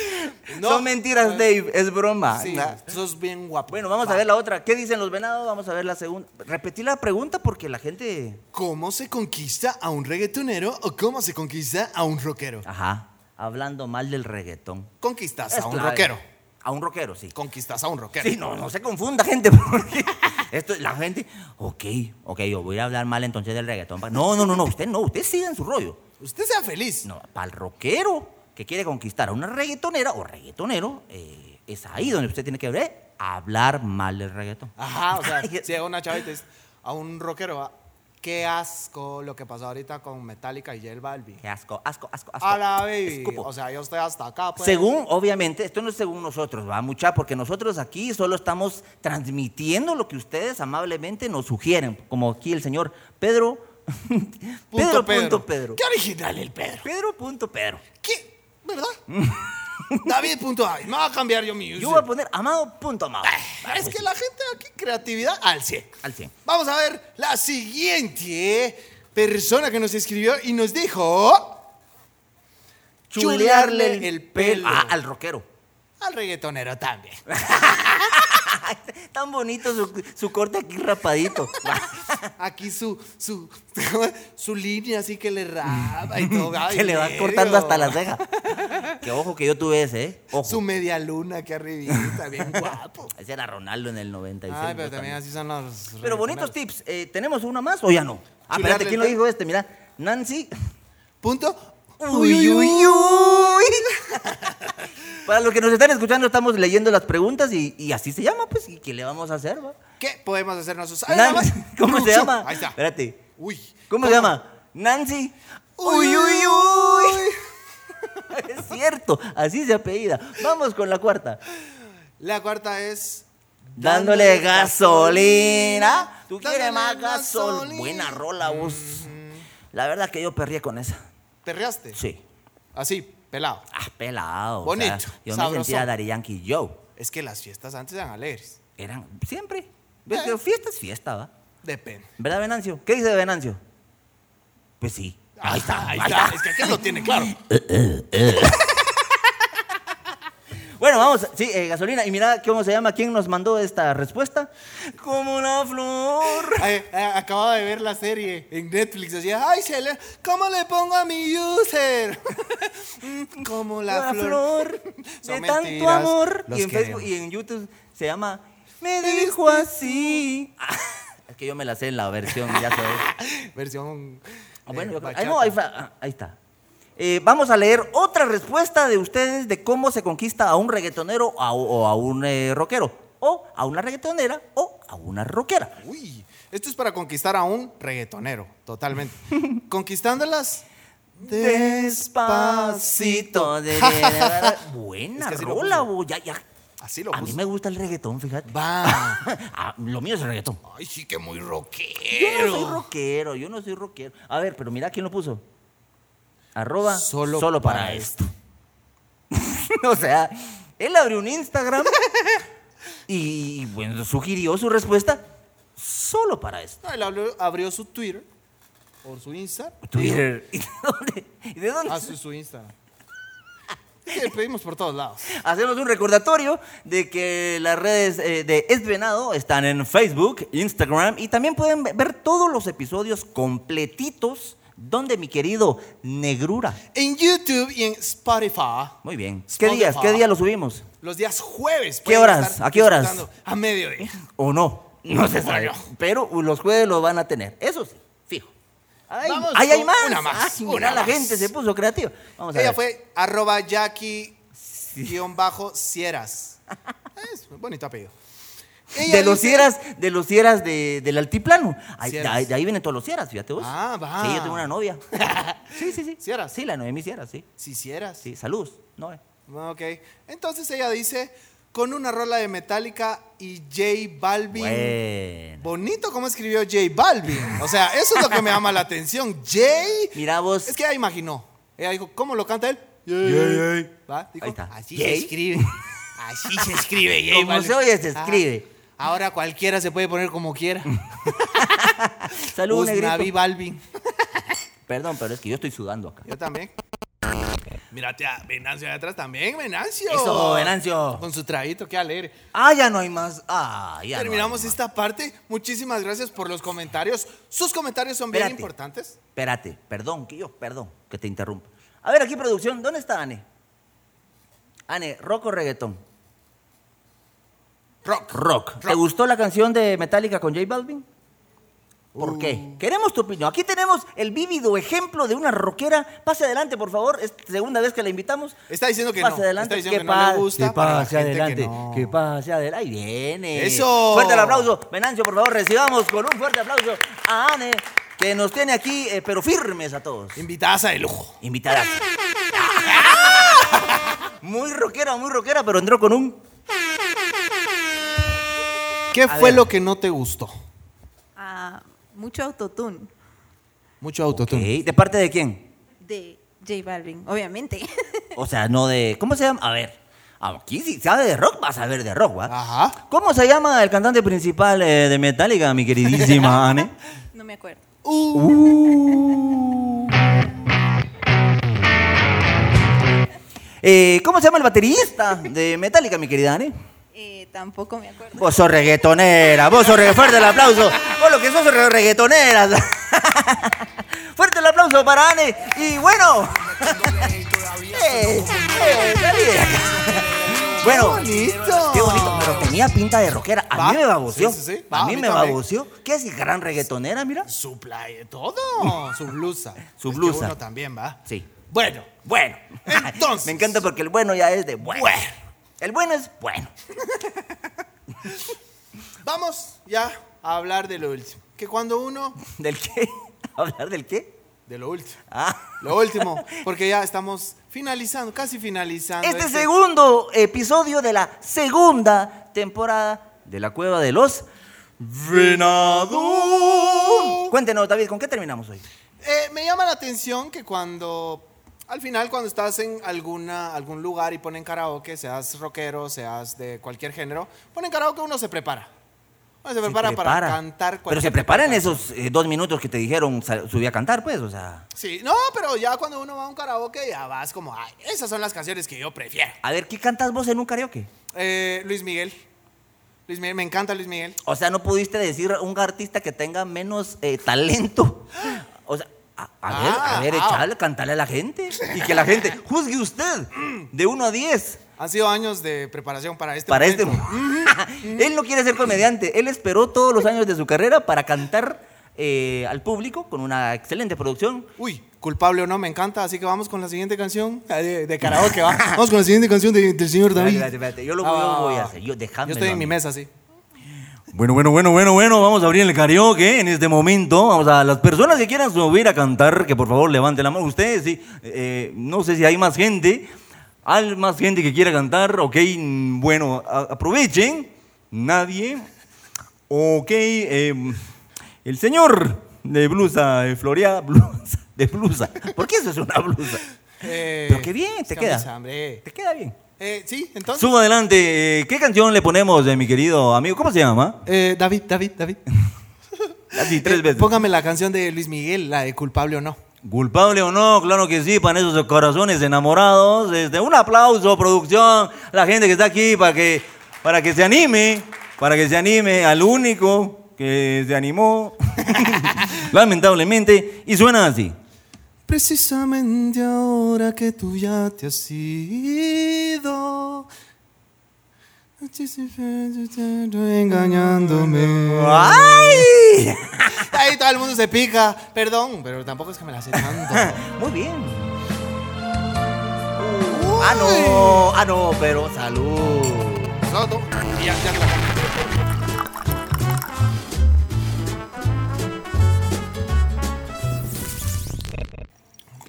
Speaker 2: No.
Speaker 1: Son mentiras, Dave, es broma.
Speaker 2: Sí,
Speaker 1: Na-
Speaker 2: sos bien guapo.
Speaker 1: Bueno, vamos a
Speaker 2: Va.
Speaker 1: ver la otra. ¿Qué dicen los venados? Vamos a ver la segunda. Repetí la pregunta porque la gente.
Speaker 2: ¿Cómo se conquista a un reggaetonero o cómo se conquista a un rockero?
Speaker 1: Ajá. Hablando mal del reggaetón.
Speaker 2: Conquistas
Speaker 1: Es
Speaker 2: a un
Speaker 1: clave.
Speaker 2: rockero.
Speaker 1: A un rockero, sí.
Speaker 2: Conquistas a un rockero.
Speaker 1: Sí, no, no se confunda, gente, porque esto, la gente, ok, ok, yo voy a hablar mal entonces del reggaetón. No, no, no, no, usted no, usted siga en su rollo.
Speaker 2: Usted sea feliz.
Speaker 1: No, para el rockero que quiere conquistar a una reggaetonera o reggaetonero, eh, es ahí donde usted tiene que ver, eh, hablar mal del reggaetón. Ah,
Speaker 2: Ajá, o sea,
Speaker 1: Ay,
Speaker 2: si a una chavita es a un rockero, ah, qué asco lo que pasó ahorita con Metallica y J Balvin.
Speaker 1: Qué asco, asco, asco, asco.
Speaker 2: A la baby.
Speaker 1: Escupo.
Speaker 2: O sea, yo estoy hasta acá. pues.
Speaker 1: Según, obviamente, esto no es según nosotros, va mucha, porque nosotros aquí solo estamos transmitiendo lo que ustedes amablemente nos sugieren, como aquí el señor Pedro. Pedro. punto Pedro.
Speaker 2: Qué original el Pedro.
Speaker 1: Pedro. punto Pedro.
Speaker 2: ¿Qué? ¿Verdad? David punto David. Me va a cambiar yo mi user.
Speaker 1: Yo voy a poner amado. punto amado.
Speaker 2: Es que la gente aquí, creatividad al 100.
Speaker 1: Al 100.
Speaker 2: Vamos a ver la siguiente persona que nos escribió y nos dijo
Speaker 1: Chulearle
Speaker 2: Chulearle
Speaker 1: el
Speaker 2: el
Speaker 1: pelo.
Speaker 2: pelo.
Speaker 1: Ah, al rockero.
Speaker 2: al reggaetonero también.
Speaker 1: Tan bonito su, su corte aquí rapadito.
Speaker 2: Aquí su, su, su línea así que le rapa y todo. Ay,
Speaker 1: que le va
Speaker 2: en
Speaker 1: cortando hasta
Speaker 2: serio.
Speaker 1: las cejas. Que ojo que yo tuve ese, ¿eh? Ojo.
Speaker 2: Su media luna aquí arribita, bien guapo.
Speaker 1: Ese era Ronaldo en el 96.
Speaker 2: Ay,
Speaker 1: vos
Speaker 2: pero también así son los.
Speaker 1: Pero bonitos
Speaker 2: reggaetoneros.
Speaker 1: tips. Eh, ¿Tenemos una más o ya no? Ah, espérate, ¿quién lo dijo este? Mira, Nancy.
Speaker 2: Punto.
Speaker 1: Uy, uy, uy. Para los que nos están escuchando, estamos leyendo las preguntas y, y así se llama, pues. ¿Y qué le vamos a hacer? va?
Speaker 2: ¿Qué podemos hacer nosotros? Ay, nada
Speaker 1: Nancy,
Speaker 2: más.
Speaker 1: ¿Cómo se
Speaker 2: Producción.
Speaker 1: llama?
Speaker 2: Ahí está.
Speaker 1: Espérate.
Speaker 2: Uy.
Speaker 1: ¿Cómo se llama? Nancy.
Speaker 2: Uy,
Speaker 1: Uy, uy,
Speaker 2: uy,
Speaker 1: uy. es cierto, así se apellida. Vamos con la cuarta.
Speaker 2: La cuarta es.
Speaker 1: Dándole gasolina. ¿Tú
Speaker 2: Dándole
Speaker 1: quieres más gasolina?
Speaker 2: gasolina.
Speaker 1: Buena rola, vos.
Speaker 2: Mm.
Speaker 1: La verdad que yo perría con esa.
Speaker 2: ¿Perreaste?
Speaker 1: Sí.
Speaker 2: Así, pelado.
Speaker 1: Ah, pelado. o
Speaker 2: Bonito,
Speaker 1: sea, yo me
Speaker 2: sabrosón.
Speaker 1: sentía Daddy Yankee Joe.
Speaker 2: Es que las fiestas antes eran alegres.
Speaker 1: Eran siempre. ¿Ves?
Speaker 2: Eh.
Speaker 1: Pero fiesta es fiesta, ¿va?
Speaker 2: Depende.
Speaker 1: ¿Verdad, Venancio? ¿Qué dice de Venancio? Pues sí. Ahí está,
Speaker 2: Ahí está. Es que aquí lo tiene claro.
Speaker 1: Bueno, vamos, sí, eh, gasolina. Y mira cómo se llama, quién nos mandó esta respuesta. Como una flor.
Speaker 2: Ay, ay, acababa de ver la serie en Netflix. Decía, ay, Selena, ¿cómo le pongo a mi user? Mm, Como la,
Speaker 1: La
Speaker 2: flor.
Speaker 1: flor de
Speaker 2: Son
Speaker 1: tanto
Speaker 2: mentiras,
Speaker 1: amor.
Speaker 2: los
Speaker 1: Y en Facebook
Speaker 2: queremos.
Speaker 1: y en YouTube se llama Me dijo así. es que yo me la sé en la versión, ya sabes.
Speaker 2: Versión.
Speaker 1: Ah,
Speaker 2: eh,
Speaker 1: bueno, yo creo-
Speaker 2: bachata.
Speaker 1: ahí, no, ahí fa- ah, ahí está. Eh, vamos a leer otra respuesta de ustedes de cómo se conquista a un reggaetonero a- o a un eh, rockero. O a una reggaetonera o a una rockera.
Speaker 2: Uy, esto es para conquistar a un reggaetonero, totalmente. Conquistándolas. Despacito.
Speaker 1: De-
Speaker 2: Es
Speaker 1: Eh, Buena
Speaker 2: que así lo
Speaker 1: rola,
Speaker 2: puso.
Speaker 1: bo, ya, ya.
Speaker 2: Así lo
Speaker 1: A mí
Speaker 2: puso.
Speaker 1: me gusta el reggaetón, fíjate.
Speaker 2: Va.
Speaker 1: Ah, lo mío es el reggaetón.
Speaker 2: Ay, sí que muy
Speaker 1: Yo no soy
Speaker 2: rockero.
Speaker 1: rockero, yo no soy rockero. A ver, pero mira quién lo puso. Arroba
Speaker 2: Solo
Speaker 1: solo, para,
Speaker 2: para
Speaker 1: esto. o sea, él abrió un Instagram y bueno, sugirió su respuesta solo para esto.
Speaker 2: No, él abrió, abrió su Twitter o su Insta.
Speaker 1: Twitter. ¿Y de dónde? ¿Y de dónde?
Speaker 2: Ah, su, su Insta. Es que le pedimos por todos lados.
Speaker 1: Hacemos un recordatorio de que las redes eh, de Es Venado están en Facebook, Instagram y también pueden ver todos los episodios completitos donde mi querido Negrura
Speaker 2: En YouTube y en Spotify.
Speaker 1: Muy bien. ¿Qué
Speaker 2: Spotify.
Speaker 1: días? ¿Qué día lo subimos?
Speaker 2: Los días jueves.
Speaker 1: ¿Qué
Speaker 2: pueden
Speaker 1: horas?
Speaker 2: estar
Speaker 1: ¿A qué horas?
Speaker 2: escuchando A mediodía.
Speaker 1: ¿O no? No se sabe.
Speaker 2: Bueno.
Speaker 1: Pero los jueves lo van a tener. Eso sí, fijo. Ay,
Speaker 2: Vamos
Speaker 1: ahí hay
Speaker 2: con
Speaker 1: más.
Speaker 2: una más,
Speaker 1: Ah, sí, mira,
Speaker 2: una
Speaker 1: la
Speaker 2: más.
Speaker 1: gente se puso creativa. Vamos a
Speaker 2: Ella
Speaker 1: ver.
Speaker 2: fue arroba Jackie guión bajo Sieras. Es un bonito apellido. Ella
Speaker 1: de los
Speaker 2: dice-
Speaker 1: cieras, de los cieras de- del altiplano. Ahí, de,
Speaker 2: Sieras.
Speaker 1: ahí- de ahí vienen todos los cieras, fíjate vos.
Speaker 2: Ah, va.
Speaker 1: Sí, yo tengo una novia. sí, sí, sí.
Speaker 2: Sieras.
Speaker 1: Sí, la Noemí Sieras, sí.
Speaker 2: Si Sieras.
Speaker 1: Sí, saludos, Noé.
Speaker 2: Ok. Entonces ella dice, con una rola de Metallica y J Balvin.
Speaker 1: Bueno.
Speaker 2: Bonito como escribió J Balvin. O sea, eso es lo que me llama la atención. J.
Speaker 1: Mira vos.
Speaker 2: Es que ella imaginó. Ella dijo, ¿cómo lo canta él? ¿Va? Dijo,
Speaker 1: Ahí está.
Speaker 2: Así
Speaker 1: J.
Speaker 2: se escribe. Así se escribe, J
Speaker 1: Como
Speaker 2: Balvin.
Speaker 1: se oye, se
Speaker 2: Ajá.
Speaker 1: escribe.
Speaker 2: Ahora cualquiera se puede poner como quiera.
Speaker 1: Saludos,
Speaker 2: Usnavi
Speaker 1: negrito.
Speaker 2: Balvin.
Speaker 1: Perdón, pero es que yo estoy sudando acá.
Speaker 2: Yo también. Mírate a Venancio de atrás también, Venancio.
Speaker 1: Eso, Venancio.
Speaker 2: Con su traguito, qué alegre.
Speaker 1: Ah, ya no hay más. Ah, ya. no hay
Speaker 2: Terminamos
Speaker 1: más.
Speaker 2: esta parte. Muchísimas gracias por los comentarios. Sus comentarios son bien
Speaker 1: Espérate.
Speaker 2: importantes.
Speaker 1: Espérate, perdón, que yo, perdón, que te interrumpa. A ver, aquí producción, ¿dónde está Ane? Ane, rock o reggaetón.
Speaker 2: Rock.
Speaker 1: Rock. ¿Te
Speaker 2: Rock.
Speaker 1: gustó la canción de Metallica con J Balvin? ¿Por qué? Queremos tu opinión. Aquí tenemos el vívido ejemplo de una rockera. Pase adelante, por favor. Es la segunda vez que la invitamos.
Speaker 2: Está diciendo que
Speaker 1: pase
Speaker 2: no.
Speaker 1: Adelante.
Speaker 2: Está diciendo que no
Speaker 1: pa-
Speaker 2: le gusta
Speaker 1: Que
Speaker 2: para la
Speaker 1: pase
Speaker 2: gente que
Speaker 1: adelante. Que,
Speaker 2: no.
Speaker 1: pase adelante. Ahí viene.
Speaker 2: Eso.
Speaker 1: Fuerte el aplauso. Venancio, por favor, recibamos con un fuerte aplauso a Ane, que nos tiene aquí, eh, pero firmes a todos.
Speaker 2: Invitadas a de lujo.
Speaker 1: Invitadas. Muy rockera, muy rockera, pero entró con un.
Speaker 2: ¿Qué
Speaker 1: A
Speaker 2: fue
Speaker 1: ver.
Speaker 2: lo que no te gustó?
Speaker 5: Ah, mucho autotune
Speaker 2: Mucho autotune.
Speaker 1: Ok, ¿De parte de quién?
Speaker 5: de J Balvin, obviamente.
Speaker 1: O sea, no de. ¿Cómo se llama? A ver. Aquí si sabe de rock, vas a ver de rock, ¿va?
Speaker 2: Ajá.
Speaker 1: ¿Cómo se llama el cantante principal eh, de Metallica, mi queridísima Anne?
Speaker 5: no me acuerdo.
Speaker 2: Uh,
Speaker 1: Eh, ¿Cómo se llama el baterista de Metallica, mi querida Anne?
Speaker 5: Eh, tampoco me acuerdo.
Speaker 1: Vos sos reggaetonera, vos sos reggaetonera. Fuerte el aplauso. Vos lo que sos re- reggaetonera. Fuerte el aplauso para Ane. Y bueno. Eh, eh, está bien. Bueno,
Speaker 2: bonito.
Speaker 1: qué bonito, pero tenía pinta de rockera. A
Speaker 2: Va.
Speaker 1: mí me baboció.
Speaker 2: Sí, sí, sí. Va,
Speaker 1: A
Speaker 2: a
Speaker 1: mí
Speaker 2: mí
Speaker 1: me
Speaker 2: también.
Speaker 1: baboció. ¿Qué es gran reggaetonera, mira?
Speaker 2: Su playa, todo. Su blusa.
Speaker 1: Su
Speaker 2: Es que
Speaker 1: blusa.
Speaker 2: uno también, ¿va?
Speaker 1: Sí.
Speaker 2: Bueno.
Speaker 1: Bueno.
Speaker 2: Entonces.
Speaker 1: Me encanta porque el bueno ya es de bueno.
Speaker 2: Bueno.
Speaker 1: El bueno es bueno.
Speaker 2: Vamos ya a hablar de lo último. Que cuando uno...
Speaker 1: ¿Del qué? ¿Hablar del qué?
Speaker 2: De lo último.
Speaker 1: Ah.
Speaker 2: Lo último. Porque ya estamos finalizando, casi finalizando.
Speaker 1: Este segundo episodio de la segunda temporada de La Cueva de los Venados. Cuéntenos, David, ¿con qué terminamos hoy?
Speaker 2: Eh, me llama la atención que cuando, al final, cuando estás en alguna, algún lugar y ponen karaoke, seas rockero, seas de cualquier género, ponen karaoke, uno se prepara. Bueno, se prepara para
Speaker 1: prepara.
Speaker 2: cantar
Speaker 1: Pero se
Speaker 2: cualquier
Speaker 1: prepara en
Speaker 2: cosa.
Speaker 1: esos eh, dos minutos que te dijeron sa- subí a cantar, pues, o sea.
Speaker 2: Sí, no, pero ya cuando uno va a un karaoke, ya vas como, ay, esas son las canciones que yo prefiero.
Speaker 1: A ver, ¿qué cantas vos en un karaoke?
Speaker 2: Eh, Luis Miguel. Luis Miguel, me encanta Luis Miguel.
Speaker 1: O sea, no pudiste decir un artista que tenga menos eh, talento. O sea, a, a
Speaker 2: Ah,
Speaker 1: ver, a ver,
Speaker 2: ah.
Speaker 1: echale, cantale a la gente. Y que la gente juzgue usted de 1 a 10
Speaker 2: Han sido años de preparación para este
Speaker 1: para este.
Speaker 2: momento.
Speaker 1: él no quiere ser comediante. Él esperó todos los años de su carrera para cantar eh, al público con una excelente producción.
Speaker 2: Uy, culpable o no, me encanta. Así que vamos con la siguiente canción eh, de, de karaoke, va. Vamos con la siguiente canción de- del señor
Speaker 1: Espérate,
Speaker 2: David.
Speaker 1: espérate, espérate, Yo lo
Speaker 2: Ah,
Speaker 1: voy,
Speaker 2: va,
Speaker 1: yo
Speaker 2: va,
Speaker 1: voy a
Speaker 2: va.
Speaker 1: hacer. Yo,
Speaker 2: Yo
Speaker 1: déjamelo
Speaker 2: estoy
Speaker 1: a
Speaker 2: en mi
Speaker 1: mí.
Speaker 2: mesa, sí.
Speaker 4: Bueno, bueno, bueno, bueno, bueno, vamos a abrir el karaoke en este momento. Vamos a las personas que quieran subir a cantar, que por favor levanten la mano. Ustedes, sí, eh, no sé si hay más gente. Hay más gente que quiera cantar, ok, mm, bueno, a- aprovechen. Nadie. Ok, eh, el señor de blusa eh, floreada, blusa, de blusa. ¿Por qué eso es una blusa?
Speaker 2: Eh,
Speaker 1: Pero qué bien, te
Speaker 2: es
Speaker 1: queda.
Speaker 2: camisa, hombre.
Speaker 1: Te queda bien.
Speaker 2: Eh, sí, entonces.
Speaker 4: Suba adelante, eh, ¿qué canción le ponemos, eh, mi querido amigo? ¿Cómo se llama?
Speaker 2: Eh, David, David, David.
Speaker 4: Así,
Speaker 2: Eh,
Speaker 4: tres veces.
Speaker 2: Póngame la canción de Luis Miguel, la de culpable o no.
Speaker 4: ¿Culpable o no? Claro que sí, para esos corazones enamorados. Este, un aplauso, producción, la gente que está aquí para que, para que se anime, para que se anime al único que se animó, lamentablemente, y suena así.
Speaker 2: Precisamente ahora que tú ya te has ido. Engañándome.
Speaker 1: ¡Ay!
Speaker 2: Ahí todo el mundo se pica. Perdón, pero tampoco es que me la sé tanto.
Speaker 1: Muy bien. Ah, no, ah, no, pero salud.
Speaker 2: No, no, ya, ya te la canto.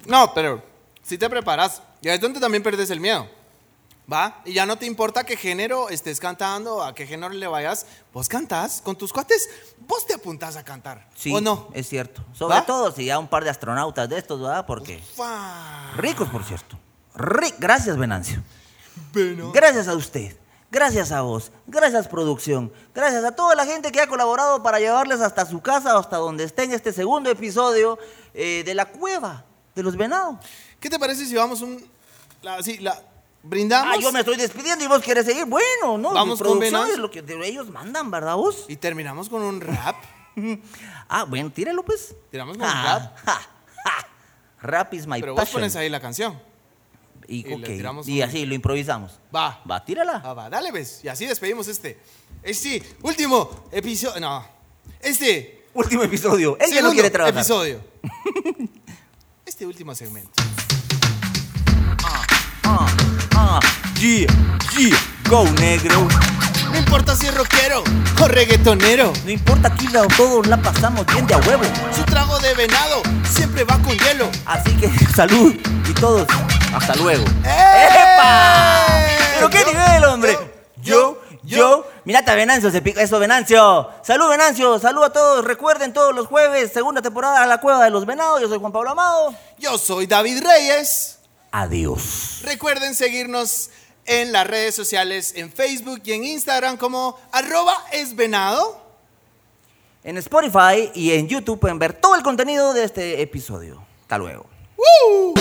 Speaker 2: No, pero si te preparas, ya es donde también perdes el miedo. ¿Va? Y ya no te importa qué género estés cantando, a qué género le vayas. Vos cantás con tus cuates, vos te apuntás a cantar.
Speaker 1: Sí,
Speaker 2: ¿O no?
Speaker 1: es cierto. Sobre
Speaker 2: ¿Va?
Speaker 1: todo si ya un par de astronautas de estos, ¿verdad? Porque
Speaker 2: Fa-
Speaker 1: ricos, por cierto. Ri- Gracias, Venancio.
Speaker 2: Bueno.
Speaker 1: Gracias a usted. Gracias a vos. Gracias, producción. Gracias a toda la gente que ha colaborado para llevarles hasta su casa o hasta donde esté en este segundo episodio eh, de La Cueva de los Venados.
Speaker 2: ¿Qué te parece si vamos un. La, sí, la. Brindamos
Speaker 1: Ah, yo me estoy despidiendo y vos querés seguir. Bueno, no, mi
Speaker 2: Vamos con
Speaker 1: producción
Speaker 2: Venancio.
Speaker 1: es lo que de- ellos mandan, ¿verdad vos?
Speaker 2: y terminamos con un rap.
Speaker 1: Ah, bueno, tíralo pues.
Speaker 2: Tiramos con
Speaker 1: Ah, ja, ja. Rap is my
Speaker 2: Pero vos
Speaker 1: passion.
Speaker 2: pones ahí la canción.
Speaker 1: Y,
Speaker 2: y le
Speaker 1: ok,
Speaker 2: tiramos
Speaker 1: y
Speaker 2: un-
Speaker 1: así lo improvisamos.
Speaker 2: Va.
Speaker 1: Va, tírala.
Speaker 2: Ah, va, dale, ves. Y así despedimos este. Este último episodio. No. Este.
Speaker 1: Último episodio. Él ya no
Speaker 2: segundo
Speaker 1: quiere trabajar.
Speaker 2: Episodio. este último segmento.
Speaker 1: Ah,
Speaker 4: Yeah, yeah, go negro.
Speaker 2: No importa si es rockero o reggaetonero.
Speaker 1: no importa, aquí la- todos la pasamos bien de a huevo.
Speaker 2: Su trago de venado siempre va con hielo.
Speaker 1: Así que salud y todos. Hasta luego.
Speaker 2: ¡Epa! Eh,
Speaker 1: Pero qué nivel, hombre. ¡Eh! Yo, yo. Mirate a Venancio, se pica eso, Venancio. Salud, Venancio. Salud a todos. Recuerden todos los jueves, segunda temporada, La Cueva de los Venados. Yo soy Juan Pablo Amado.
Speaker 2: Yo soy David Reyes.
Speaker 1: Adiós.
Speaker 2: Recuerden seguirnos en las redes sociales, en Facebook y en Instagram como arroba esvenado.
Speaker 1: En Spotify y en YouTube pueden ver todo el contenido de este episodio. Hasta luego.
Speaker 2: ¡Woo!